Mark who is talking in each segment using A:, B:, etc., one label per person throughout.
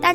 A: 大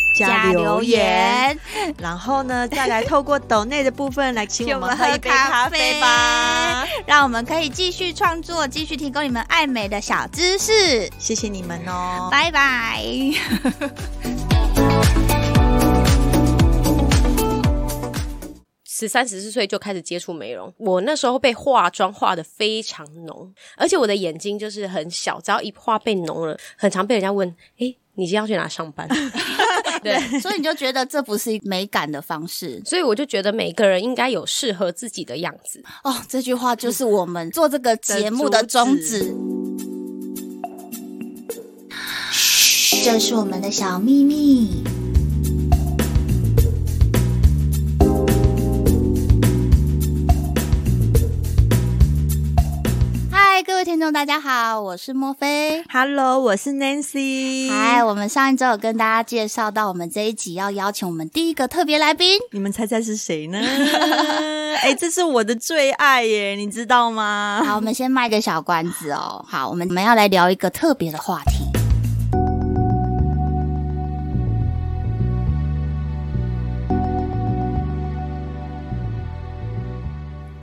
A: 留言，
B: 然后呢，再来透过抖内的部分来请我们喝一杯
A: 请我们喝
B: 咖
A: 咖啡
B: 啡吧。
A: 让我们可以继续创作，继续提供你们爱美的小知识。
B: 谢谢你们哦，
A: 拜拜。
C: 十三十四岁就开始接触美容，我那时候被化妆化的非常浓，而且我的眼睛就是很小，只要一化被浓了，很常被人家问：“诶、你今天要去哪上班？” 对，
D: 所以你就觉得这不是美感的方式
C: 所以我就觉得每个人应该有适合自己的样子。
D: 哦。这句话就是我们做这个节目 的宗旨。
A: 这是我们的小秘密。
D: 嗨，各位听众，大家好，我是莫菲。
B: Hello，我是 Nancy。
D: 嗨，我们上一周有跟大家介绍到，我们这一集要邀请我们第一个特别来宾，
B: 你们猜猜是 谁呢？哎、这是我的最爱耶，你知道吗？
D: 好，我们先卖个小关子哦。好，我们我们要来聊一个特别的话题。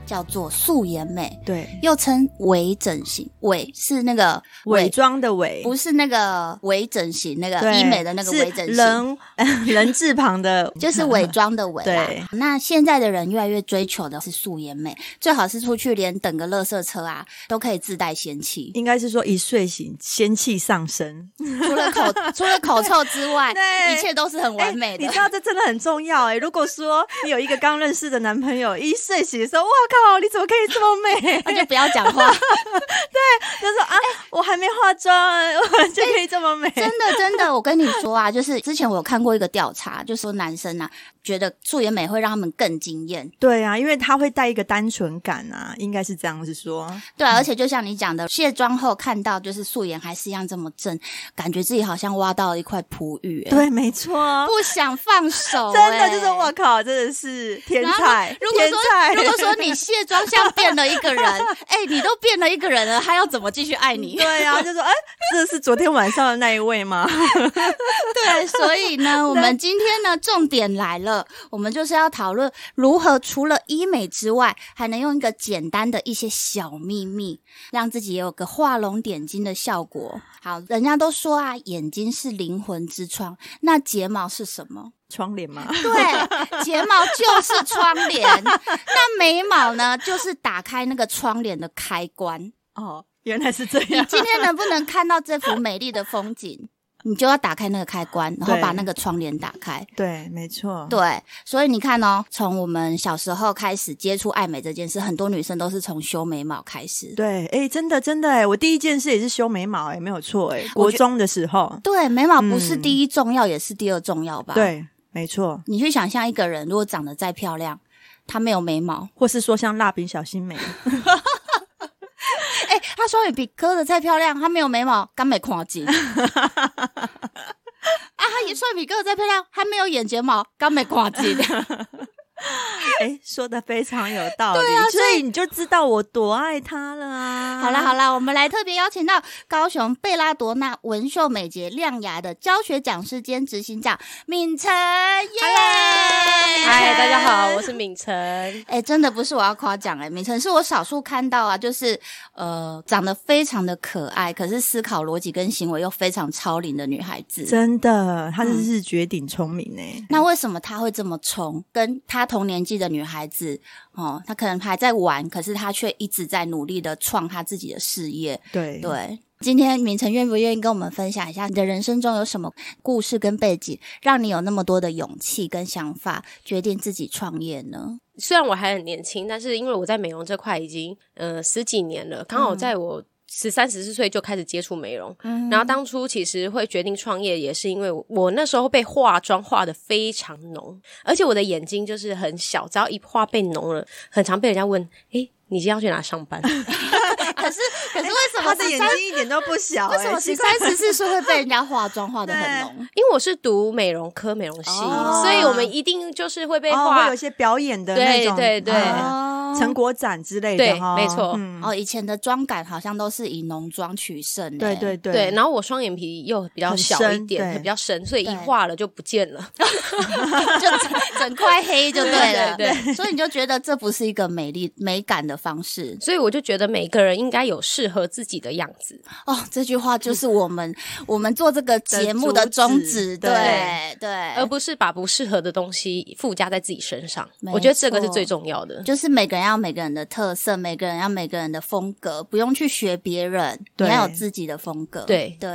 D: 叫做素颜美，
B: 对，
D: 又称伪整形。伪是那个
B: 伪，装的伪，
D: 不是那个伪整形，那个
B: 对
D: 医美的那个
B: 是
D: 伪整形，
B: 人 人字旁的，
D: 就是伪装的伪啦。
B: 对
D: 那现在的人越来越追求的是素颜美，最好是出去连等个垃圾车啊，都可以自带仙气。
B: 应该是说一睡醒仙气上升，
D: 除了口除了口臭之外，
B: 对
D: 一切都是很完美的。
B: 哎你知道这真的很重要哎、如果说你有一个刚认识的男朋友，一睡醒的时候，哇靠，你怎么可以这么美？
D: 那就不要讲话，
B: 就说啊，我还没化妆，我就可以这么美。
D: 哎真的真的，我跟你说啊，就是之前我有看过一个调查，就说男生啊觉得素颜美会让他们更惊艳，
B: 对啊，因为他会带一个单纯感啊，应该是这样子说。
D: 对啊、而且就像你讲的，卸妆后看到就是素颜还是一样这么正，感觉自己好像挖到了一块璞玉、欸，，
B: 对，没错，
D: 不想放手、
B: 真的
D: 欸
B: 就是我靠，真的是天
D: 然后
B: 才，
D: 如果
B: 天才
D: 说如果说你卸妆像变了一个人， 哎、你都变了一个人了，他要怎么继续爱你？
B: 对啊，就说哎、这是昨天晚上的那一位吗？
D: 对，所以呢， 我们今天呢，重点来了，我们就是要讨论如何除了医美之外，还能用一个简单的一些小秘密，让自己也有个画龙点睛的效果。好，人家都说啊，眼睛是灵魂之窗，那睫毛是什么？
B: 窗帘吗？
D: 对，睫毛就是窗帘， 那眉毛呢，就是打开那个窗帘的开关。
B: 哦，原来是这
D: 你
B: 样。
D: 今天能不能看到这幅美丽的风景？你就要打开那个开关，然后
B: 对
D: 把那个窗帘打开。
B: 对，没错。
D: 对，所以你看哦，从我们小时候开始接触爱美这件事，很多女生都是从修眉毛开始。
B: 对，哎、真的真的哎、我第一件事也是修眉毛哎、没有错哎、
D: 我
B: 国
D: 觉
B: 中的时候，
D: 对，眉毛不是
B: 嗯
D: 第一重要，也是第二重要吧？，
B: 对，没错，
D: 你去想象一个人如果长得再漂亮，她没有眉 毛，
B: 或是说像蜡笔小 新美，
D: 哎，她双眼皮割的再漂亮，她没有眉毛，刚没看 见。啊，她也双眼皮割的再漂亮，她没有眼睫毛，刚没看见。
B: 哎、说的非常有道理，
D: 对啊
B: 所
D: 所以
B: 以你就知道我多爱他了啊。
D: 好啦好啦，我们来特别邀请到高雄贝拉多纳文秀美睫亮牙的教学讲师兼执行长敏晨耶！
C: 嗨，大家好，我是敏晨。
D: 哎、真的不是我要夸奖哎，敏晨是我少数看到啊，就是呃长得非常的可爱，可是思考逻辑跟行为又非常超龄的女孩子。
B: 真的，他真是绝顶聪明哎、
D: 那为什么她会这么冲？跟她同年纪的女孩子哦，她可能还在玩，可是她却一直在努力的创她自己的事业。
B: 对
D: 对，今天敏晨愿不愿意跟我们分享一下你的人生中有什么故事跟背景，让你有那么多的勇气跟想法，决定自己创业呢？
C: 虽然我还很年轻，但是因为我在美容这块已经呃十几年了，刚好
B: 嗯
C: 在我十三十四岁就开始接触美容，
D: 嗯
C: 然后当初其实会决定创业，也是因为我我那时候被化妆化的非常浓，而且我的眼睛就是很小，只要一化被浓了，很常被人家问：“诶、你今天要去哪上班？”
D: 可是可是为什么
B: 他的
D: 十
B: 眼
D: 三？
B: 睛一点都不小、
D: 为什么
B: 哎奇
D: 十
B: 怪
D: 三十四岁会被人家化妆化的很浓？
C: 因为我是读美容科美容系，
D: 哦
C: 所以我们一定就是会被
B: 哦，会
C: 画。
B: 有一些表演的那
C: 对
B: 种，
C: 对对
B: 呃
D: 哦
B: 成果展之类的，
C: 对
B: 哈
C: 没错
B: 嗯，
D: 哦，以前的妆感好像都是以浓妆取胜、欸，
B: 对对对
C: 对，然后我双眼皮又比较
B: 很
C: 小一
B: 深
C: 点，
B: 对
C: 比较深，所以一
D: 对
C: 画了就不见 了。
D: 就整整块黑就对了，
C: 对对
D: 所以你就觉得这不是一个美丽美感的方式
C: 所以我就觉得每个人应该有适合自己的样子。
D: 哦。这句话就是我们我们做这个节目的宗旨，
B: 的主
D: 对
B: 旨
C: 而
D: 对，
C: 不是把不适合的东西附加在自己身上
D: 没。
C: 我觉得这个是
D: 错
C: 最重要的。
D: 就是每个人要每个人的特色，每个人要每个人的风格，不用去学别人，你
B: 对
D: 要有自己的风格。
C: 对
D: 对，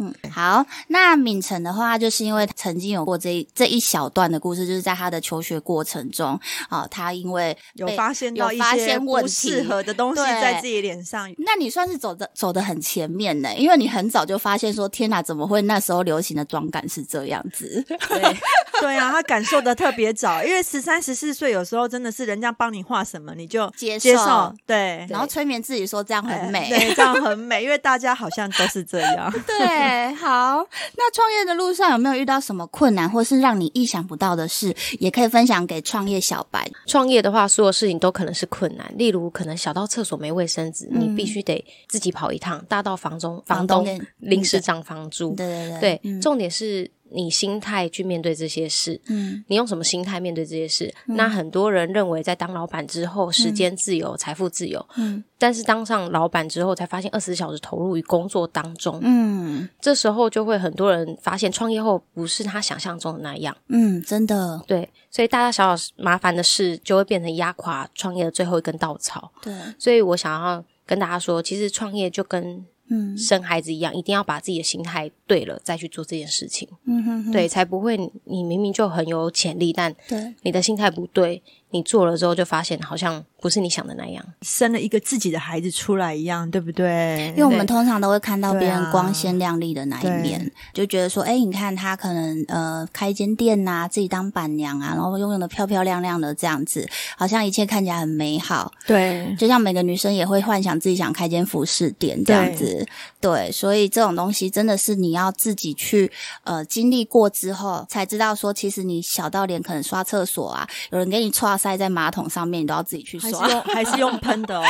D: 嗯，好。那敏晨的话，就是因为曾经有过这一这一小段的故事，就是在他的求学过程中，啊，他因为
B: 有
D: 被
B: 发现到一
D: 有发
B: 些
D: 现问
B: 不
D: 题
B: 适合的东西
D: 对
B: 在自己脸上，
D: 那你算是走的走的很前面呢，因为你很早就发现说，天哪，怎么会那时候流行的妆感是这样子？
C: 对，
B: 对啊，他感受的特别早，因为十三、十四岁有时候真的是人家帮你画什么你就
D: 接
B: 接
D: 受
B: 受，对，
D: 然后催眠自己说这样很美。
B: 哎对，这样很美，因为大家好像都是 这样。
D: 对，好。那创业的路上有没有遇到什么困难，或是让你意想不到的事，也可以分享给创业小白。
C: 创业的话，所有事情都可能是困难，例如可能小到厕所没卫生纸，
D: 嗯
C: 你必须得自己跑一趟；大到房中
D: 房
C: 房
D: 东
C: 东
D: 给
C: 临时涨房租，
D: 对对对，
C: 对，
D: 嗯
C: 重点是你心态去面对这些事。
D: 嗯
C: 你用什么心态面对这些事？那很多人认为，在当老板之后，时间自由、财富自由。
D: 嗯
C: 但是当上老板之后，才发现二十小时投入于工作当中。
D: 嗯
C: 这时候就会很多人发现，创业后不是他想象中的那样。
D: 嗯，真的，
C: 对，所以大大小小麻烦的事，就会变成压垮创业的最后一根稻草。
D: 对，
C: 所以我想要跟大家说，其实创业就跟
D: 嗯
C: 生孩子一样，一定要把自己的心态对了，再去做这件事情，
D: 嗯哼哼，
C: 对，才不会你明明就很有潜力，但
D: 对，
C: 你的心态不对，你做了之后就发现好像不是你想的那样。
B: 生了一个自己的孩子出来一样，对不对
D: 因为？我们通常都会看到
B: 对
D: 别人
B: 啊
D: 光鲜亮丽的那一
B: 对
D: 面，就觉得说，哎、你看他可能呃开一间店呐、自己当板娘啊，然后用的漂漂亮亮的这样子，好像一切看起来很美好。
B: 对，
D: 就像每个女生也会幻想自己想开间服饰店这样子，对，所以这种东西真的是你要自己去呃经历过之后，才知道说，其实你小到连可能刷厕所啊，有人给你刷塞在马桶上面，你都要自己去
B: 还是
D: 刷，
B: 用还是用喷的哦，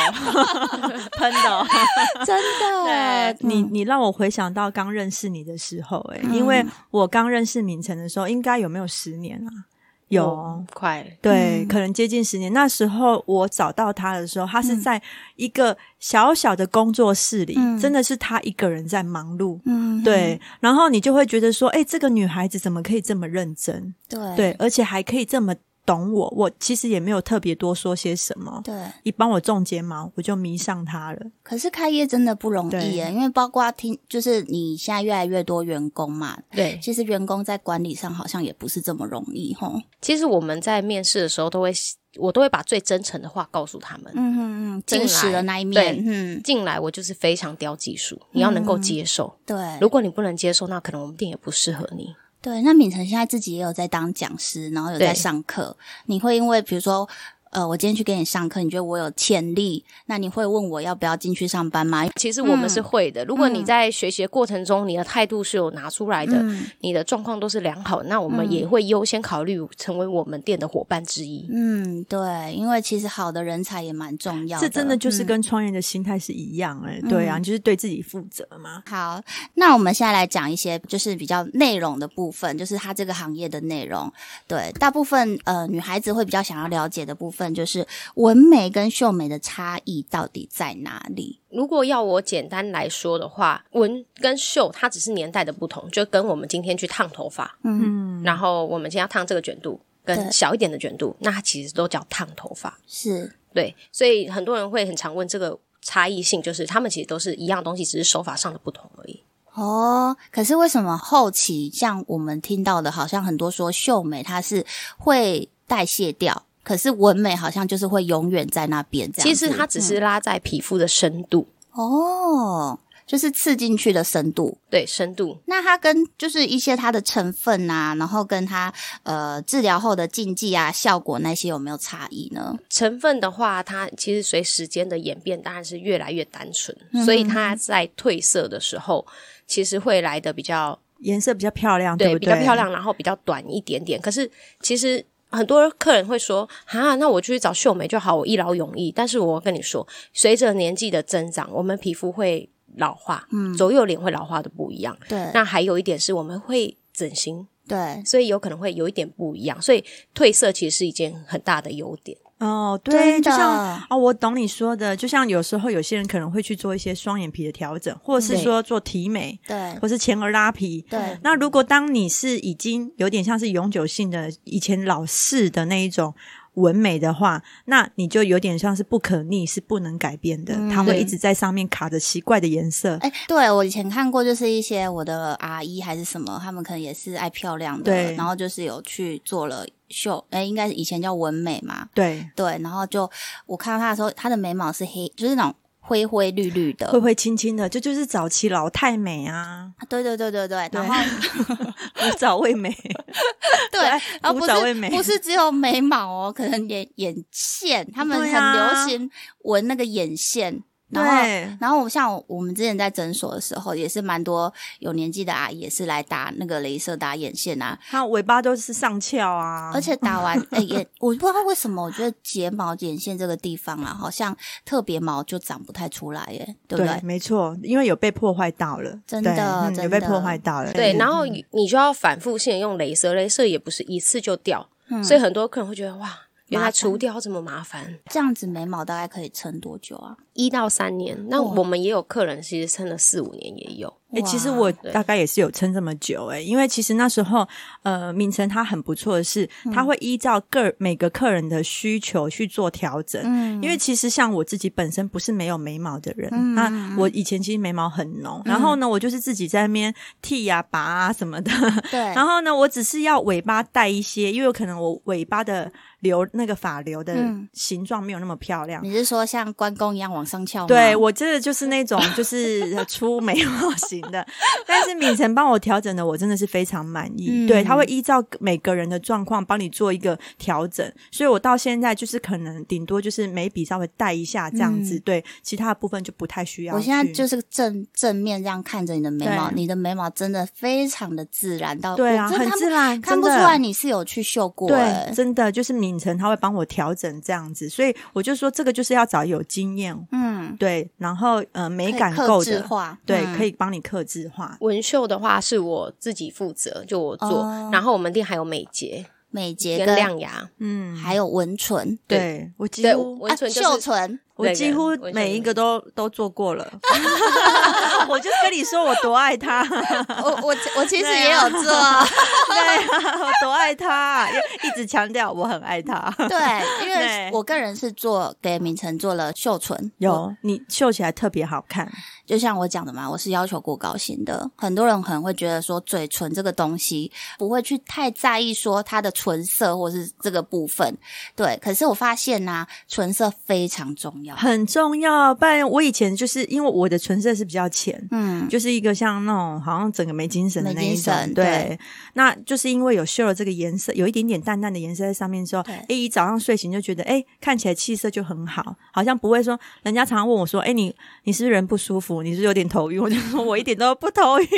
B: 喷的哦。
D: 嗯真 的，
B: 你
D: 嗯
B: 你让我回想到刚认识你的时候、哎、
D: 嗯
B: 因为我刚认识敏晨的时候，应该有没有十年啊？有哦。
C: 嗯快，
B: 对，
D: 嗯
B: 可能接近十年。那时候我找到他的时候，他是在一个小小的工作室里，
D: 嗯
B: 真的是他一个人在忙碌。
D: 嗯，
B: 对，然后你就会觉得说，哎、这个女孩子怎么可以这么认真？
D: 对
B: 对，而且还可以这么懂我。我其实也没有特别多说些什么，
D: 对。
B: 一帮我种睫毛，我就迷上她了。
D: 可是开业真的不容
B: 对
D: 易耶，因为包括听，就是你现在越来越多员工嘛，
C: 对。
D: 其实员工在管理上好像也不是这么容易吼。
C: 其实我们在面试的时候，都会我都会把最真诚的话告诉他们。
D: 嗯嗯嗯，
C: 进
D: 真实
C: 来
D: 的那一
C: 对
D: 面，嗯，
C: 进来我就是非常雕技术，你要能够接受。
D: 对
C: 如果你不能接受，那可能我们店也不适合你。
D: 对。那敏晨现在自己也有在当讲师，然后有在
C: 对
D: 上课，你会因为比如说。呃，我今天去给你上课，你觉得我有潜力，那你会问我要不要进去上班吗？
C: 其实我们是会的。如果你在学习的过程中，你的态度是有拿出来的，
D: 嗯
C: 你的状况都是良好，那我们也会优先考虑成为我们店的伙伴之一。
D: 嗯，对，因为其实好的人才也蛮重要的。
B: 这真的就是
D: 嗯
B: 跟创业的心态是一样、哎、对啊，你就是对自己负责嘛。
D: 好，那我们现在来讲一些就是比较内容的部分，就是它这个行业的内容。对，大部分呃女孩子会比较想要了解的部分，就是纹眉跟秀眉的差异到底在哪里？
C: 如果要我简单来说的话，纹跟绣它只是年代的不同，就跟我们今天去烫头发，
D: 嗯，
C: 然后我们今天要烫这个卷度
D: 对
C: 跟小一点的卷度，那它其实都叫烫头发。
D: 是，
C: 对，所以很多人会很常问这个差异性，就是他们其实都是一样东西，只是手法上的不同而已。
D: 哦，可是为什么后期像我们听到的，好像很多说秀眉它是会代谢掉，可是纹眉好像就是会永远在那边这样
C: 其
D: 子。嗯
C: 实它只是拉在皮肤的深度，
D: 哦，就是刺进去的深度。
C: 对深度，
D: 那它跟就是一些它的成分啊，然后跟它呃治疗后的禁忌啊、效果那些有没有差异呢？
C: 成分的话，它其实随时间的演变，当然是越来越单纯，
D: 嗯
C: 所以它在褪色的时候，其实会来的比较
B: 颜色比较漂亮，
C: 对
B: 不对？
C: 比较漂。亮，然后比较短一点点。可是其实很多客人会说：“哈，那我就去找秀美就好，我一劳永逸。”但是我跟你说，随着年纪的增长，我们皮肤会老化，嗯，左右脸会老化的不一样。
D: 对
C: 那还有一点是我们会整形，
D: 对，
C: 所以有可能会有一点不一样。所以褪色其实是一件很大的优点。
B: 哦，对，
D: 真
B: 就
D: 的
B: 像哦，我懂你说的，就像有时候有些人可能会去做一些双眼皮的调整，或者是说做提眉，
D: 对
B: 或是前额拉皮。
D: 对
B: 那如果当你是已经有点像是永久性的以前老式的那一种纹眉的话，那你就有点像是不可逆，是不能改变
D: 嗯
B: 的，它会
C: 对
B: 一直在上面卡着奇怪的颜色。
D: 哎，对我以前看过，就是一些我的阿姨还是什么，他们可能也是爱漂亮的，
B: 对
D: 然后就是有去做了秀，哎，应该是以前叫纹眉嘛，
B: 对，
D: 对，然后就我看到她的时候，她的眉毛是黑，就是那种灰灰绿绿的
B: 会，会轻轻的，这就是早期老太美啊，
D: 啊对对对对对，然后
B: 古早味美，
D: 对，然后
B: 古
D: 哦不
B: 早味
D: 是
B: 美
D: 不 是只有眉毛哦，可能眼眼线，他们
B: 对
D: 很
B: 啊
D: 流行纹那个眼线，然后
B: 对，
D: 然后我像我我们之前在诊所的时候，也是蛮多有年纪的阿姨也是来打那个镭射打眼线啊，
B: 它尾巴都是上翘啊，
D: 而且打完哎、也我不知道为什么，我觉得睫毛眼线这个地方啊，好像特别毛就长不太出来耶，对不对？
B: 没错，因为有被破坏到了，
D: 真的
B: 对嗯
D: 真的
B: 有被破坏到了。
C: 对，
B: 嗯
C: 然后你就要反复性的用镭射，镭射也不是一次就掉，所以很多客人会觉得哇，原来除掉这么麻烦，
D: 这样子眉毛大概可以撑多久 啊？
C: 一到三年。那我们也有客人其实撑了四五年也有，
B: 哎、其实
D: 哇
B: 我大概也是有撑这么久哎、因为其实那时候，呃，明成他很不错的是，
D: 嗯
B: 他会依照个每个客人的需求去做调整。
D: 嗯
B: 因为其实像我自己本身不是没有眉毛的人，
D: 嗯
B: 那我以前其实眉毛很浓，然后呢，我就是自己在那边剃呀、拔啊什么的，
D: 对，
B: 然后呢，我只是要尾巴带一些，因为有可能我尾巴的留那个发流的
D: 嗯
B: 形状没有那么漂亮，
D: 你是说像关公一样往上翘吗？
B: 对我真的就是那种就是呃粗眉毛型的， 但是敏晨帮我调整的，我真的是非常满意。
D: 嗯
B: 对，他会依照每个人的状况帮你做一个调整，所以我到现在就是可能顶多就是眉笔稍微带一下这样子，对，其他的部分就不太需要
D: 嗯
B: 去。
D: 我现在就是正正面这样看着你的眉毛，
B: 对
D: 你的眉毛真的非常的自然到，
B: 对啊，
D: 我真的
B: 很
D: 看不
B: 自然，
D: 看不出
B: 真的
D: 来你是有去秀过、欸，
B: 对，真的就是敏晨他会帮我调整这样子，所以我就说这个就是要找有经验，
D: 嗯，
B: 对，然后呃美
D: 可以
B: 感
D: 克
B: 够
D: 制
B: 的，
D: 化，
B: 对，
D: 嗯
B: 可以帮你克制化。
C: 纹绣的话是我自己负责，就我做，
D: 哦
C: 然后我们店还有美睫
D: 美睫
C: 跟
D: 跟
C: 亮牙，
B: 嗯，
D: 还有纹唇、啊
C: 对
B: 对我几
C: 对，
B: 乎啊
C: 纹唇就是、
D: 秀 唇，
B: 我几乎
C: 对
B: 每一个都都做过 了，我就跟你说我多爱他，
D: 我我我其实
B: 对啊
D: 也有做，
B: 对啊，我多爱他，一直强调我很爱他。
D: 对，因
B: 对
D: 为我个人是做给明成做了秀唇，我
B: 有你秀起来特别好看，
D: 就像我讲的嘛，我是要求过高型的，很多人可能会觉得说嘴唇这个东西不会去太在意说它的唇色或是这个部分，对，可是我发现呐、唇色非常重要，
B: 很重要。不然我以前就是因为我的唇色是比较浅，
D: 嗯，
B: 就是一个像那种好像整个没精神的那一
D: 没精
B: 种
D: 神，
B: 对，
D: 对
B: 那就是因为有秀了这个颜色，有一点点淡淡的颜色在上面之后，
D: 对
B: 哎，一早上睡醒就觉得，哎，看起来气色就很好，好像不会说，人家常常问我说，哎，你你是不是人不舒服？你是不是有点头晕？我 就说我一点都不头晕，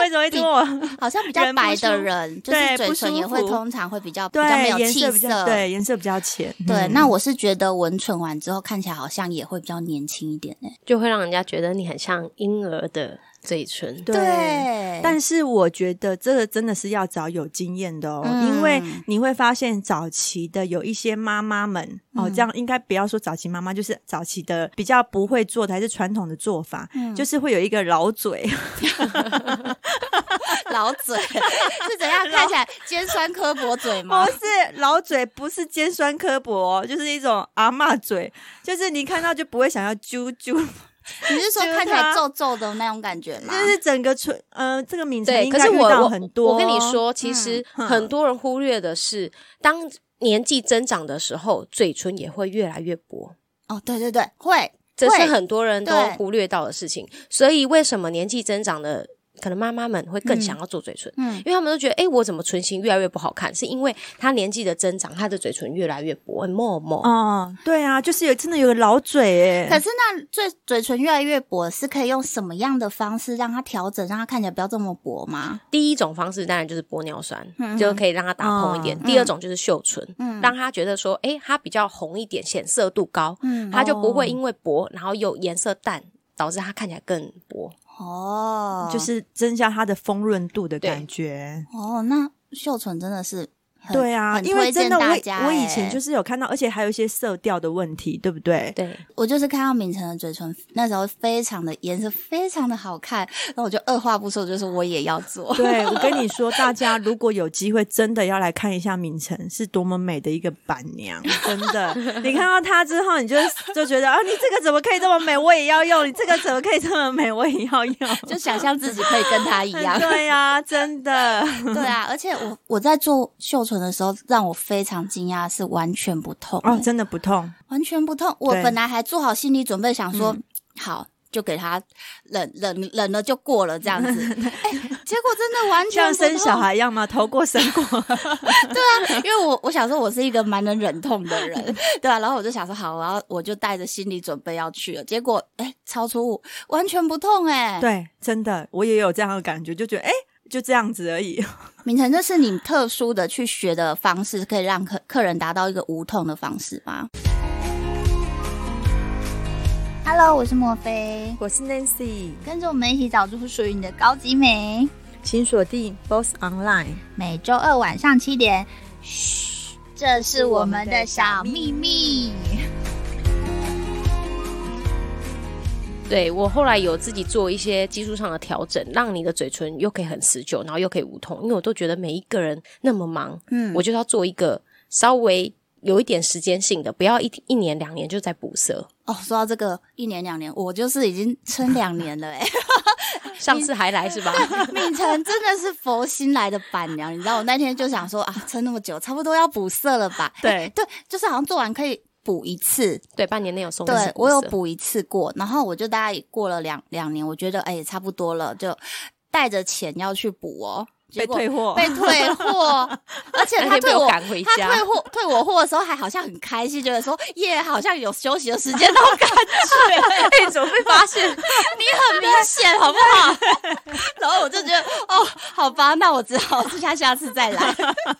B: 为什么一直问我？
D: 好像比较
B: 人不
D: 白的
B: 舒
D: 人，就
B: 对
D: 是嘴
B: 不舒
D: 唇也会
B: 服
D: 通常会比较比较没
B: 对，
D: 有
B: 颜
D: 气
B: 色比较对，颜色比较浅，
D: 对，
B: 嗯
D: 那我是觉得纹唇完之后看起来好像也会比较年轻一点诶、欸
C: 就会让人家觉得你很像婴儿的嘴唇。
B: 对。但是我觉得这个真的是要找有经验的哦，
D: 嗯
B: 因为你会发现早期的有一些妈妈们、哦，
C: 嗯
B: 这样应该不要说早期妈妈，就是早期的比较不会做的还是传统的做法，
C: 嗯
B: 就是会有一个老 嘴，
D: 老嘴是怎样看起来尖酸刻薄嘴
B: 不
D: 吗？
B: 是老嘴，不是尖酸刻薄、哦，就是一种阿嬷嘴，就是你看到就不会想要揪揪，
D: 你是说
B: 就是
D: 看起来
B: 他
D: 皱皱的那种感觉吗？
B: 就是整个唇，呃，这个名称
C: 对，
B: 应
C: 可
B: 该
C: 是
B: 遇
C: 我
B: 到
C: 我
B: 很多。
C: 我跟你，说，其实很多人忽略的是，当年纪增长的时候，嘴唇也会越来越薄。
D: 哦，对对对，会
C: 这是
D: 会
C: 很多人都
D: 对
C: 忽略到的事情。所以为什么年纪增长的可能妈妈们会更想要做嘴唇？
D: 嗯
C: 因为他们都觉得，哎、我怎么唇形越来越不好看？是因为她年纪的增长，她的嘴唇越来越薄，很默默。
B: 哦，对啊，就是有真的有个老嘴
D: 可
B: 哎，
D: 是那最嘴唇越来越薄，是可以用什么样的方式让它调整，让它看起来不要这么薄吗？
C: 第一种方式当然就是玻尿酸，
D: 嗯哦
C: 就可以让它打蓬一点；第二种就是秀唇，
D: 嗯
C: 让她觉得说，哎、她比较红一点，显色度高，
D: 嗯
C: 她就不
B: 哦
C: 会因为薄，然后又颜色淡，导致她看起来更薄。
D: 哦，
B: 就是增加它的丰润度的感觉。
D: 哦，那秀唇真的是很
B: 对啊，
D: 很
B: 因为
D: 推荐
B: 真的我
D: 大
B: 以
D: 家
B: 我以
D: 欸
B: 前就是有看到，而且还有一些色调的问题，对不
D: 哎
B: 对？
C: 对，
D: 我就是看到敏晨的嘴唇那时候非常的颜色非常的好看，然后我就二话不说就说我也要做。
B: 对，我跟你说，大家如果有机会，真的要来看一下明晨是多么美的一个板娘，真 的。你看到她之后，你就就觉得啊，你这个怎么可以这么美，我也要用；你这个怎么可以这么美，我也要用。
D: 就想象自己可以跟他一样，
B: 对呀、真的。
D: 对啊，而且我我在做秀唇的时候，让我非常惊讶，是完全不痛
B: 哦，真的 不痛。
D: 完全不痛。我
B: 对嗯
D: 本来还做好心理准备，想说、好就给他冷冷冷了就过了这样子， 哎、结果真的完全
B: 像
D: 不痛
B: 生小，孩一样吗？头过身过，
D: 对啊，因为我我想说我是一个蛮能忍痛的人， 对啊，然后我就想说好，我要我就带着心理准备要去了，结果哎、超出我完全不痛哎、
B: 对，真的，我也有这样的感觉，就觉得哎、就这样子而已。
D: 明成，这是你特殊的去学的方式，可以让客客人达到一个无痛的方式吗？Hello，我是莫菲，
B: 我是 Nancy，
D: 跟着我们一起找出属于你的高级美。
B: 请锁定 Boss Online。
D: 每周二晚上七点，嘘，这是我们的小秘密。
C: 对我后来有自己做一些技术上的调整，让你的嘴唇又可以很持久，然后又可以无痛，因为我都觉得每一个人那么忙，
D: 嗯
C: 我就是要做一个稍微有一点时间性的，不要一一年两年就在补色。
D: 哦，说到这个，一年两年，我就是已经撑两年了哎、
C: 上次还来是吧？
D: 敏晨真的是佛心来的板娘，你知道我那天就想说啊，撑那么久，差不多要补色了吧？
B: 对
D: 对，就是好像做完可以补一次，
C: 对，半年内有送一次
D: 对我有
C: 色，
D: 补一次过，然后我就大概过了两两年，我觉得哎、差不多了，就带着钱要去补哦，结
B: 被
D: 果
B: 退货，
D: 被退货，而且
C: 那
D: 他
C: 天被
D: 退我
C: 我。赶回
D: 他退
C: 家。
D: 货退我货的时候，还好像很开心，觉得说耶，好像有休息的时间那种感 觉。
C: 哎，怎么被发现？
D: 你很明显，好不好？ 然后我就觉得，哦，好吧，那我只好下下次再来。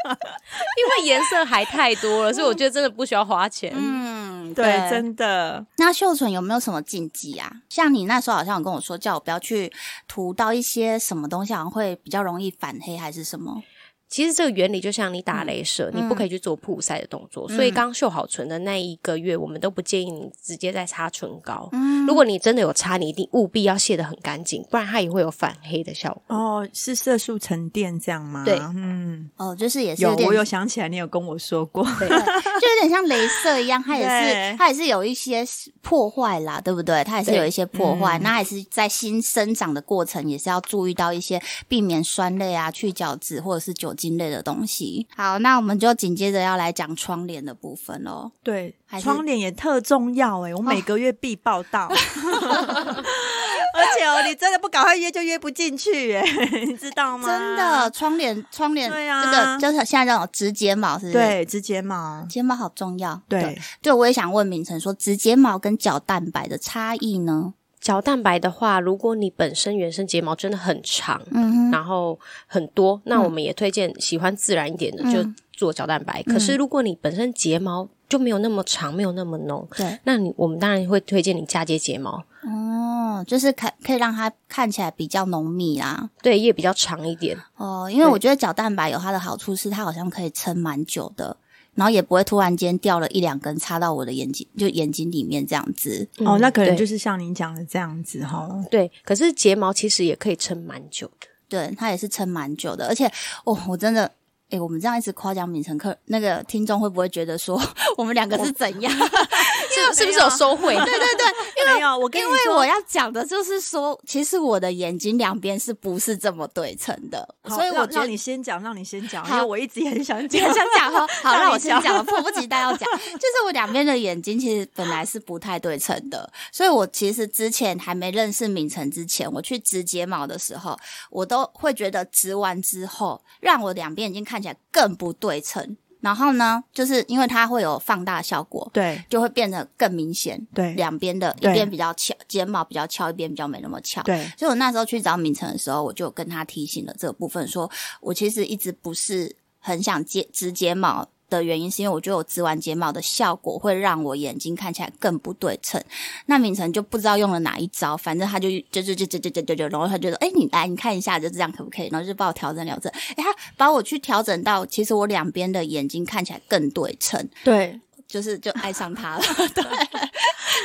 C: 因为颜色还太多了，所以我觉得真的不需要花钱。
D: 嗯，
B: 对，真的。
D: 那秀唇有没有什么禁忌啊？像你那时候好像有跟我说，叫我不要去涂到一些什么东西，好像会比较容易反黑还是什么？
C: 其实这个原理就像你打镭射，
D: 嗯
C: 你不可以去做曝晒的动作。所以刚秀好唇的那一个月，我们都不建议你直接再擦唇膏。
D: 嗯，
C: 如果你真的有擦，你一定务必要卸得很干净，不然它也会有反黑的效
D: 嗯
C: 果。
B: 哦，是色素沉淀这样吗？
C: 对
B: 嗯，
D: 哦，就是也是
B: 有，
D: 点，
B: 我有想起来，你有跟我说过。
D: 就有点像镭射一样，它也是
B: 对
D: 它也是有一些破坏啦，对不对？它也是
C: 对
D: 有一些破坏，
B: 嗯
D: 那也是在新生长的过程，也是要注意到一些避免酸类啊、去角质或者是酒精类的东西。好，那我们就紧接着要来讲窗帘的部分喽。
B: 对
D: 还，是哦
B: 窗帘也特重要哎、我每个月必报 到。而且哦，你真的不赶快约就约不进去哎、你知道吗？
D: 真的，，窗帘窗帘，
B: 对啊
D: 这个就是现在这种直睫毛，是不是？，
B: 对，直睫毛，
D: 睫毛好重要。
B: 对，
D: 对，我也想问明成说，直睫毛跟角蛋白的差异呢？
C: 角蛋白的话，如果你本身原生睫毛真的很长，
D: 嗯哼，
C: 然后很多，那我们也推荐喜欢自然一点的
D: 嗯
C: 就做角蛋白。
D: 嗯
C: 可是如果你本身睫毛就没有那么长，没有那么浓，
D: 对，
C: 那你我们当然会推荐你嫁接睫毛，
D: 哦，就是可可以让它看起来比较浓密啦。
C: 对，也比较长一点。
D: 哦，因为
C: 对
D: 我觉得角蛋白有它的好处是，它好像可以撑蛮久的。然后也不会突然间掉了一两根插到我的眼睛，就眼睛里面这样子。
B: 哦，
C: 嗯
B: 那可能
C: 对
B: 就是像您讲的这样子哈、哦。
C: 对，可是睫毛其实也可以撑蛮久的。
D: 对，它也是撑蛮久的，而且哦，我真的，诶， 我们这样一直夸奖敏成客，那个听众会不会觉得说我们两个是怎样？
C: 是是不是有收回？
D: 对啊对对，因为
B: 没有，我跟你
D: 因
B: 说，
D: 为我要讲的就是说，其实我的眼睛两边是不是这么对称的？
B: 好
D: 所以我
B: 让
D: 觉
B: 让
D: 得
B: 你先讲，让你先讲，因
D: 好
B: 为我一直 也很想
D: 你
B: 讲
D: 很。想讲哦，好，
B: 让
D: 那
B: 你
D: 我先讲，我迫不及待要 讲，就是我两边的眼睛其实本来是不太对称的，所以我其实之前还没认识敏晨之前，我去植睫毛的时候，我都会觉得植完之后，让我两边眼睛看起来更不对称。然后呢，就是因为它会有放大效果，
B: 对
D: 就会变得更明显。
B: 对
D: 两边的一
B: 对
D: 边比较翘，睫毛比较翘，一边比较没那么翘。
B: 对
D: 所以我那时候去找敏成的时候，我就跟他提醒了这个部分说，我其实一直不是很想接植睫毛。的原因是因为我觉得我植完睫毛的效果会让我眼睛看起来更不对称。那敏成就不知道用了哪一招，反正他就就就就就就就就就，然后他就说：“哎、你来你看一下，就这样可不可以？”然后就帮我调整调整。哎、他把我去调整到，其实我两边的眼睛看起来更 对称，
B: 对，
D: 就是就爱上他了。 对，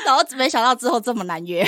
D: 然后没想到之后这么难约。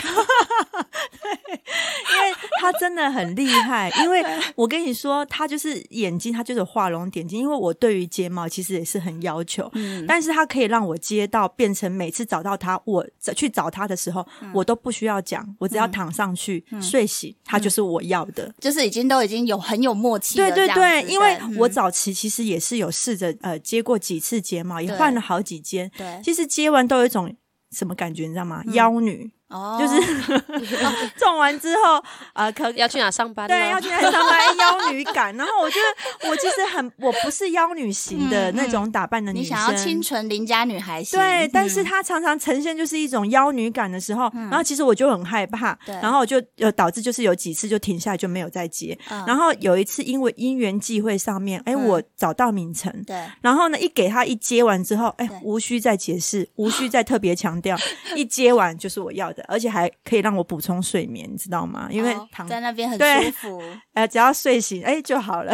B: 因为他真的很厉害。因为我跟你说，他就是眼睛，他就是有画龙点睛。因为我对于睫毛其实也是很要求，
D: 嗯
B: 但是他可以让我接到变成每次找到他，我去找他的时候，
D: 嗯
B: 我都不需要讲，我只要躺上去、睡醒，他就是我要的。
D: 就是已经都已经有很嗯有默契了
B: 对
D: 这
B: 对
D: 样子。
B: 对，因为我
D: 嗯
B: 早期其实也是有试着呃接过几次睫毛，也
D: 对
B: 换了好几间。
D: 对
B: 其实接完都有一种什么感觉，你知道吗？
D: 嗯
B: 妖女，
D: 哦，
B: 就是 种完之后，呃，可
C: 要去哪上班？
B: 对，要去。那里上班妖女感。然后我觉得我其实很，我不是妖女型的
D: 嗯
B: 那种打扮的女
D: 你
B: 生。
D: 想要清纯邻家女孩型，
B: 对，但
D: 嗯
B: 是她常常呈现就是一种妖女感的时候，然后其实我就很害怕，
D: 对
B: 然后我就有导致就是有几次就停下来就没有再接，
D: 嗯
B: 然后有一次因为因缘际会上面，哎，
D: 嗯
B: 我找到明成，
D: 对
B: 然后呢，一给他一接完之后，哎
D: 对，
B: 无需再解 释，无需再特别强 调，一接完就是我要的，而且还可以让我补充睡眠，你知道吗？因为
D: 哦
B: 躺、
D: 在那边很
B: 对
D: 舒服，
B: 呃只要睡醒，哎就好 了。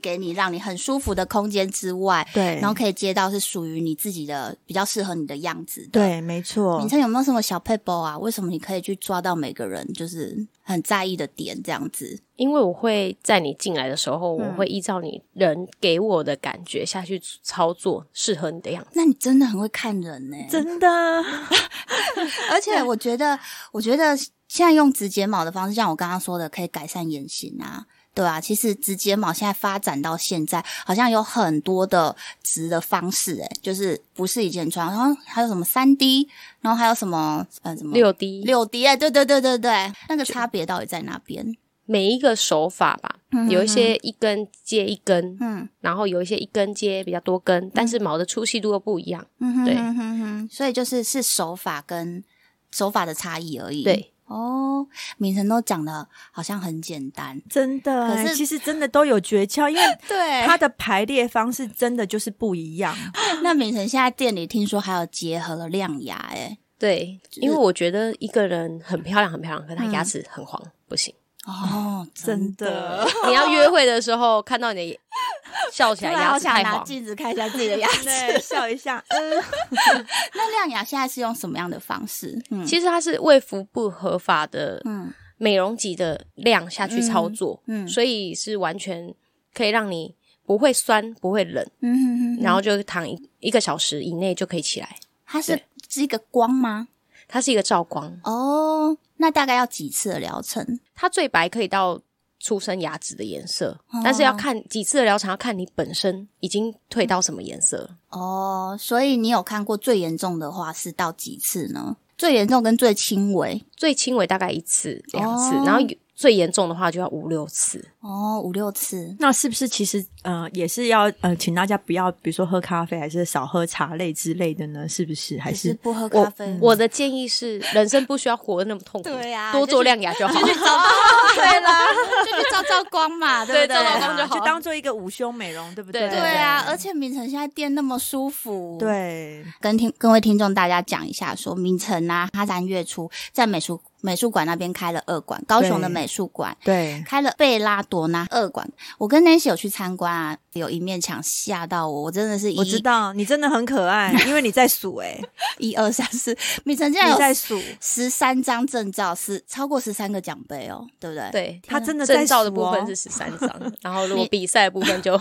D: 给你让你很舒服的空间之外，
B: 对
D: 然后可以接到是属于你自己的比较适合你的样子的。
B: 对，没错
D: 敏。成有没有什么小配包啊？为什么你可以去抓到每个人就是很在意的点这样子？
C: 因为我会在你进来的时候，
D: 嗯
C: 我会依照你人给我的感觉下去操作适合你的样子。
D: 那你真的很会看人呢、
B: 真的，
D: 而且我觉得，我觉得现在用植睫毛的方式，像我刚刚说的，可以改善眼型啊，对啊，其实植睫毛现在发展到现在，好像有很多的植的方式、欸，诶，就是不是以前传统，然后还有什么三 D，然后还有什么呃什么
C: 六 D，
D: 六 D，哎、对对对对对，那个差别到底在哪边？
C: 每一个手法吧，有一些一根接一根，
D: 嗯
C: 然后有一些一根接比较多根，但是毛的粗细度又不一样。
D: 嗯哼
C: 对
D: 哼哼哼，所以就是是手法跟手法的差异而已。
C: 对，
D: 哦，明成都讲的好像很简单，
B: 真的，哎
D: 可是
B: 其实真的都有诀窍， 因为
D: 对
B: 它的排列方式真的就是不一样。
D: 那敏成现在店里听说还有结合了亮牙、欸，
C: 对，因为我觉得一个人很漂亮很漂亮，可她
D: 嗯
C: 牙齿很黄、不行。
D: 哦，
B: 真的，
C: 你要约会的时候看到你的 笑起来
D: 突然
C: 牙
D: 好
C: 齿
D: 想
C: 太
D: 拿
C: 黄，
D: 镜子看一下自己的牙 齿。
B: 对，笑一下，嗯，
D: 那亮牙现在是用什么样的方式？嗯
C: 其实它是卫福部合法的
D: 嗯
C: 美容级的量下去操作，
D: 嗯嗯
C: 所以是完全可以让你不会酸不会冷，
D: 嗯哼哼，
C: 然后就躺一一个小时以内就可以起来。
D: 它是
C: 对
D: 是一个光吗？
C: 它是一个照光，
D: 哦，那大概要几次的疗程？
C: 它最白可以到出生牙齿的颜色，
D: 哦
C: 但是要看几次的疗程，要看你本身已经退到什么颜色了。
D: 哦，所以你有看过最严重的话是到几次呢？最严重跟最轻微
C: 最轻微大概一次两次，
D: 哦
C: 然后有最严重的话就要五六次。
D: 哦，五六次。
B: 那是不是其实呃也是要呃，请大家不要，比如说喝咖啡，还是少喝茶类之类的呢？是不是？还
D: 还是
B: 是
D: 不喝咖
C: 我
D: 啡？
C: 我的建议是，人生不需要活得那么痛苦，
D: 嗯对啊
C: 多做亮牙就好。
D: 找到哦对啦， 就去照照光嘛，对不
C: 对
D: 对？
C: 照照光就好
B: 就当做一个午休美容，对不
C: 对
D: 对啊，而且明成现在店那么舒服，，
B: 对
D: 跟听各位听众大家讲一下说明成啊，他三月初在美术美术馆那边开了二馆，高雄的
B: 对
D: 美术馆
B: 对，
D: 开了贝拉朵纳二馆。我跟 Nancy 有去参观啊，有一面墙吓到我，我真的是一
B: 我知道你真的很可爱，因为你在数哎、
D: 一二三四，米晨竟然
B: 你在
D: 有
B: 数，
D: 十三张证照，是超过十三个奖杯哦，对不对？。
C: 对，
B: 他真的在
C: 证
B: 数
C: 照
B: 哦
C: 的部分是十三张，然后如果比赛的部分就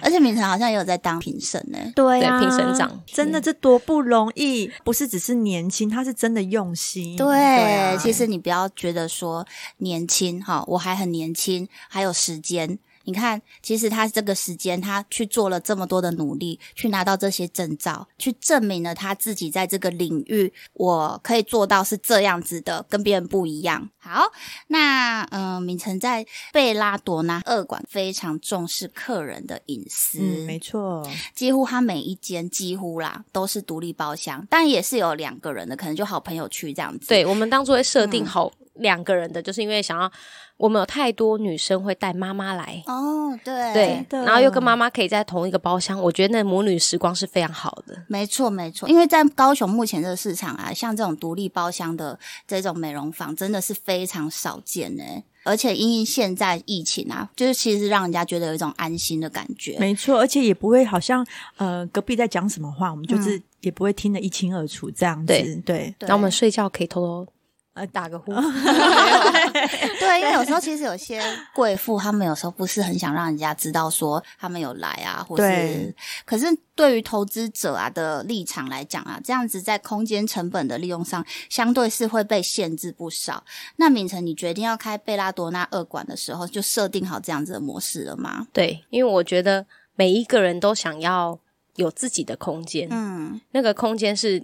D: 而且敏晨好像也有在当评审呢、
B: 对啊
C: 对评审长嗯
B: 真的
D: 嗯
B: 这多不容易，不是只是年轻，他是真的用心。
D: 对，
B: 啊
D: 其实你不要觉得说年轻哈，我还很年轻，还有时间。你看，其实他这个时间，他去做了这么多的努力，去拿到这些证照，去证明了他自己在这个领域，我可以做到是这样子的，跟别人不一样。好，那嗯、呃，敏晨在贝拉朵纳二馆非常重视客人的隐私，
B: 嗯，没错，
D: 几乎他每一间几乎啦都是独立包厢，但也是有两个人的，可能就好朋友去这样子。
C: 对，我们当初会设
B: 嗯
C: 定好两个人的，就是因为想要我们有太多女生会带妈妈来。
D: 哦，对
C: 对，
B: 真的
C: 然后又跟妈妈可以在同一个包厢，我觉得那母女时光是非常好的。
D: 没错没错，因为在高雄目前这个市场啊，像这种独立包厢的这种美容房真的是非常少见呢、而且因应现在疫情啊，就是其实让人家觉得有一种安心的感觉。
B: 没错，而且也不会好像呃隔壁在讲什么话，我们就是也不会听得一清二楚这样子。
C: 对
B: 对
D: 嗯
B: 嗯
D: 对
C: 然后我们睡觉可以偷偷呃打个呼，
D: 对，因为有时候其实有些贵妇，她们有时候不是很想让人家知道说她们有来啊，或是
B: 对，
D: 可是对于投资者啊的立场来讲啊，这样子在空间成本的利用上，相对是会被限制不少。那敏成，你决定要开贝拉多纳二馆的时候，就设定好这样子的模式了吗？
C: 对，因为我觉得每一个人都想要有自己的空间，
D: 嗯，
C: 那个空间是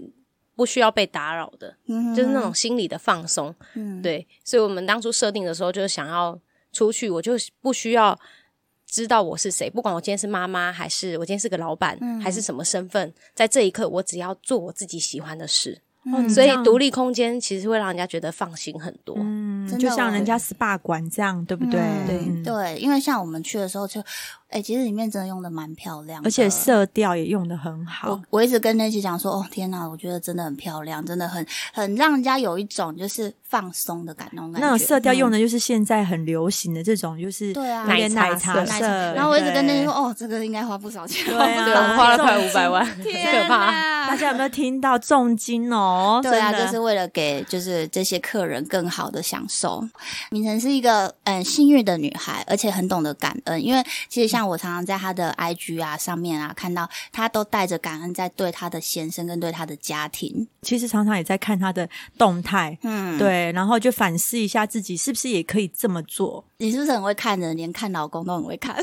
C: 不需要被打扰的，
D: 嗯
C: 就是那种心理的放松。
D: 嗯，
C: 对，所以我们当初设定的时候，就是想要出去，我就不需要知道我是谁，不管我今天是妈妈，还是我今天是个老板，
B: 嗯
C: 还是什么身份，在这一刻，我只要做我自己喜欢的事。
D: 嗯
B: 哦你
C: 所以
B: 这样
C: 独立空间其实会让人家觉得放心很多。
B: 嗯
D: 真的
B: 就像人家 SPA 馆这样，对不对？
D: 嗯
B: 嗯
D: 对，因为像我们去的时候就，哎、其实里面真的用的蛮漂亮的，
B: 而且色调也用的很好
D: 我。我一直跟 Nancy 讲说，哦天哪，我觉得真的很漂亮，真的很很让人家有一种就是放松的感那种感觉。嗯
B: 那种色调用的就是现在很流行的这种，就是
D: 对啊
B: 有点
C: 奶
B: 奶
C: 茶
B: 茶
D: 嗯、奶
B: 色
D: 茶。然后我一直跟 Nancy
B: 对
D: 说，哦，这个应该花不少钱。哦
B: 对啊
C: 对，我们花了
B: 这种嗯
C: 快五百万，很
D: 天
C: 可怕。
B: 大
D: 哪！
B: 家有没有听到重金哦？
D: 对啊，
B: 真的
D: 就是为了给就是这些客人更好的享受。明晨是一个嗯幸运的女孩，而且很懂得感恩。因为其实像我常常在她的 IG 啊上面啊看到，她都带着感恩在对她的先生跟对她的家庭。
B: 其实常常也在看他的动态，
D: 嗯，
B: 对，然后就反思一下自己是不是也可以这么做。
D: 你是不是很会看人？连看老公都很会看。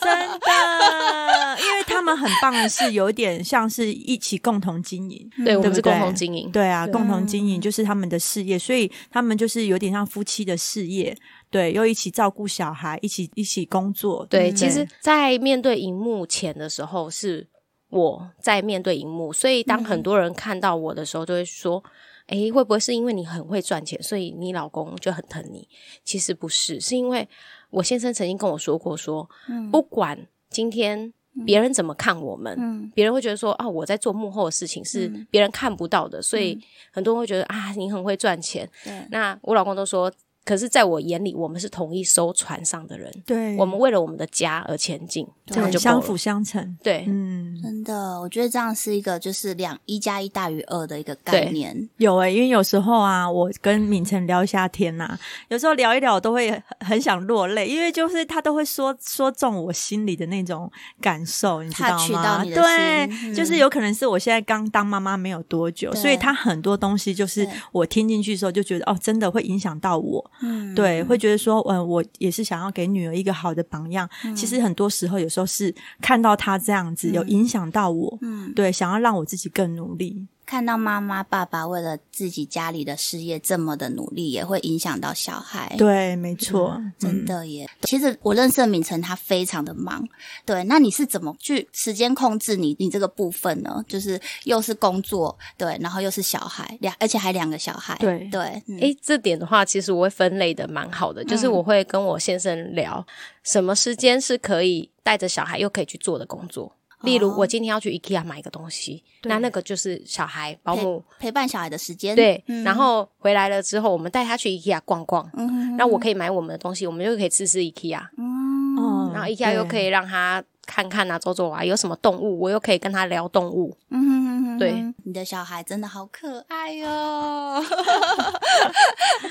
B: 真的，因为他们很棒的是，有点像是一起共同经营。
C: 对，
B: 对
C: 我们
B: 不
C: 是共
B: 对
C: 同经营。
B: 对啊，
C: 对
B: 共同经营就是他们的事业，所以他们就是有点像夫妻的事业，对，又一起照顾小孩，一起一起工作，
C: 对，
D: 嗯
C: 其实，在面对荧幕前的时候，是我在面对荧幕，所以当很
D: 嗯
C: 多人看到我的时候，就会说：“诶，会不会是因为你很会赚钱，所以你老公就很疼你？”其实不是，是因为我先生曾经跟我说过说，不管今天别人怎么看我们，
D: 嗯
C: 别人会觉得说啊，我在做幕后的事情是别人看不到的，所以很多人会觉得啊，你很会赚钱。
D: 对，
C: 那我老公都说，可是在我眼里，我们是同一艘船上的人。
B: 对，
C: 我们为了我们的家而前进，这样
B: 嗯对
C: 就够
B: 相
C: 了
B: 辅相成，
C: 对，
B: 嗯。
D: 真的，我觉得这样是一个就是两一加一大于二的一个概念。
B: 有诶、因为有时候啊，我跟敏晨聊一下天呐、有时候聊一聊，我都会很很想落泪，因为就是他都会说说中我心里的那种感受，你知道
D: Touch 到
B: 吗？
D: 你的
B: 对，
D: 心嗯
B: 就是有可能是我现在刚当妈妈没有多久，
D: 对
B: 所以他很多东西就是
D: 对
B: 我听进去的时候就觉得哦，真的会影响到我，
D: 嗯，
B: 对，会觉得说，嗯，我也是想要给女儿一个好的榜样。其实很多时候，有时候是看到她这样子，有影响到我，
D: 嗯，
B: 对，想要让我自己更努力。
D: 看到妈妈、爸爸为了自己家里的事业这么的努力，也会影响到小孩。
B: 对，没错，
D: 真
B: 嗯。
D: 的耶！其实我认识的敏成，他非常的忙。对，那你是怎么去时间控制你你这个部分呢？就是又是工作，对，然后又是小孩，两而且还两个小孩，
B: 对
D: 对，嗯
C: 诶，这点的话，其实我会分类的蛮好的，就是我会跟我先生聊什么时间是可以带着小孩又可以去做的工作，
B: 哦
C: 例如，我今天要去 IKEA 买一个东西，那那个就是小孩保姆
D: 陪伴小孩的时间，
C: 哦对，
D: 嗯
C: 然后回来了之后，我们带他去 IKEA 逛逛，
D: 嗯
C: 那我可以买我们的东西，我们就可以吃吃 IKEA，
D: 嗯
B: 哦
C: 然后 IKEA 又可以让他看看啊，走走啊，有什么动物，我又可以跟他聊动物。
D: 嗯哼哼哼
C: 对，
D: 你的小孩真的好可爱哟、哦！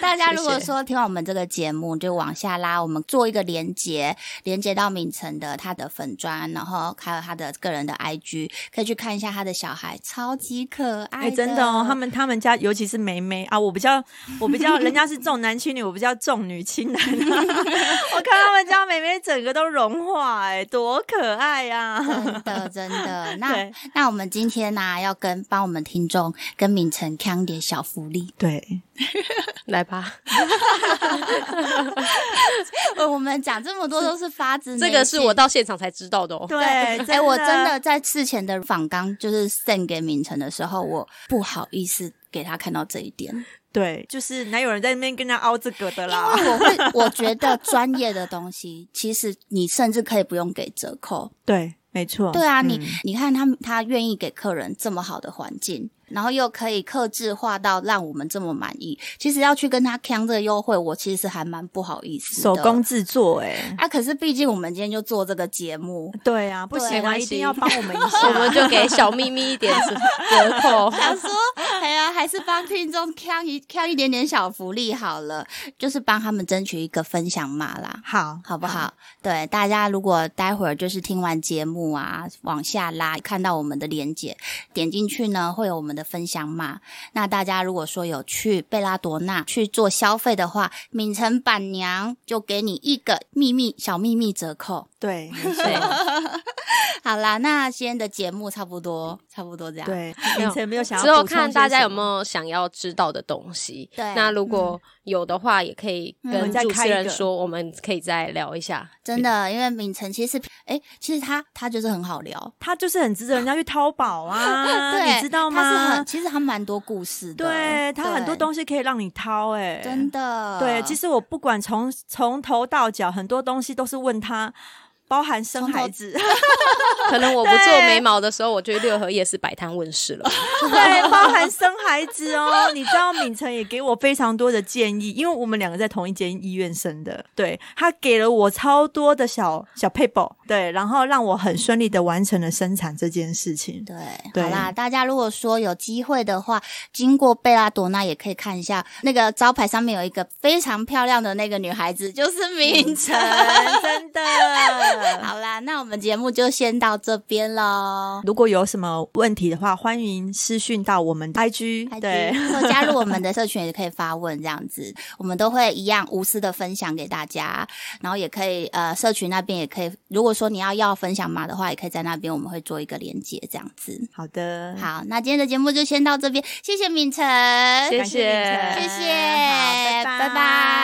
D: 大家如果说听完我们这个节目，就往下拉，我们做一个连接，连接到敏晨的他的粉砖，然后还有他的个人的 IG，可以去看一下他的小孩，超级可爱、
B: 哎、真的哦，他们他们家尤其是梅梅啊，我比较我比较，人家是重男轻女，我比较重女轻男、啊 我看他们家梅梅整个都融化、哎，多可爱啊呀、
D: 真的真的，那
B: 对
D: 那我们今天呢、要跟帮我们听众跟敏晨看点小福 利，
B: 对，
C: 来吧，
D: 我们讲这么多都是发
B: 嗯
D: 自
C: 这
D: 内
C: 个是我
D: 心
C: 到现场才知道的哦。
B: 对，
D: 哎、我真的在事前的访纲就是 send 给敏晨的时候，我不好意思给他看到这一点，啊
B: 对，就是哪有人在那边跟他凹这个的啦？
D: 因为我会，我觉得专业的东西，其实你甚至可以不用给折扣。
B: 对，没错，
D: 对啊，你、
B: 嗯
D: 你看他他愿意给客人这么好的环境。然后又可以克制化到让我们这么满意，其实要去跟他扛这个优惠，我其实还蛮不好意思的。
B: 手工制作、哎。
D: 啊，可是毕竟我们今天就做这个节目，
B: 对啊，不
D: 没。
B: 行啊，
C: 关
B: 一定
C: 系
B: 要帮我们一下。
C: 我们就给小秘密 一点折扣
D: 想说，哎呀，还是帮听众挑一挑一点点小福利好了，就是帮他们争取一个分享码啦。
B: 好，
D: 好不好？对大家，如果待会儿就是听完节目啊，往下拉看到我们的链接，点进去呢会有我们的分享码。那大家如果说有去贝拉多纳去做消费的话，敏城板娘就给你一个秘密小秘密折扣。
B: 对，没
C: 对
B: 错，
D: 好啦，那今天的节目差不多，差不多这样。
B: 对，
C: 没有
B: 凌晨没有想要
C: 之后
B: 补充
C: 看大
B: 些
C: 家有
B: 什么
C: 没有想要知道的东西。
D: 对
C: 那如果有的话，也可以
D: 嗯我
C: 跟
B: 们嗯再
C: 主
B: 开
C: 持
B: 一
C: 人
B: 个
C: 说，我们可以再聊一下。
D: 真的，因为敏晨其实，哎、其实他他就是很好聊，
B: 他就是很值得人家去淘宝啊，
D: 对，
B: 你知道
D: 他是
B: 吗
D: 很，？其实他蛮多故事的，
B: 对他很多东西可以让你掏、哎，
D: 西真。的，
B: 对，其
D: 实
B: 实我不管从从头到脚，很多东西都是问他，包含生
D: 从头
B: 孩子，
C: 可能我不做眉毛的时候，我就六合夜市摆摊问世了。
B: 对，包含生孩子哦。你知道，敏成也给我非常多的建议，因为我们两个在同一间医院生的，对他给了我超多的小小 paper，对，然后让我很顺利的完成了生产这件事 情。
D: 对，
B: 对
D: 好啦，大家如果说有机会的话，经过贝拉朵那也可以看一下那个招牌上面有一个非常漂亮的那个女孩子，就是敏晨。
B: 嗯真的。
D: 好啦，那我们节目就先到这边喽。
B: 如果有什么问题的话，欢迎私讯到我们 IG，对
D: IG 或加入我们的社群也可以发问，这样子，我们都会一样无私的分享给大家，然后也可以呃，社群那边也可以，如果说你要要分享码的话，也可以在那边我们会做一个连接，这样子。
B: 好的，
D: 好，那今天的节目就先到这边，谢谢敏晨，
C: 谢
B: 感谢
C: 谢
B: 敏成
D: 谢谢，
B: 好拜
D: 拜拜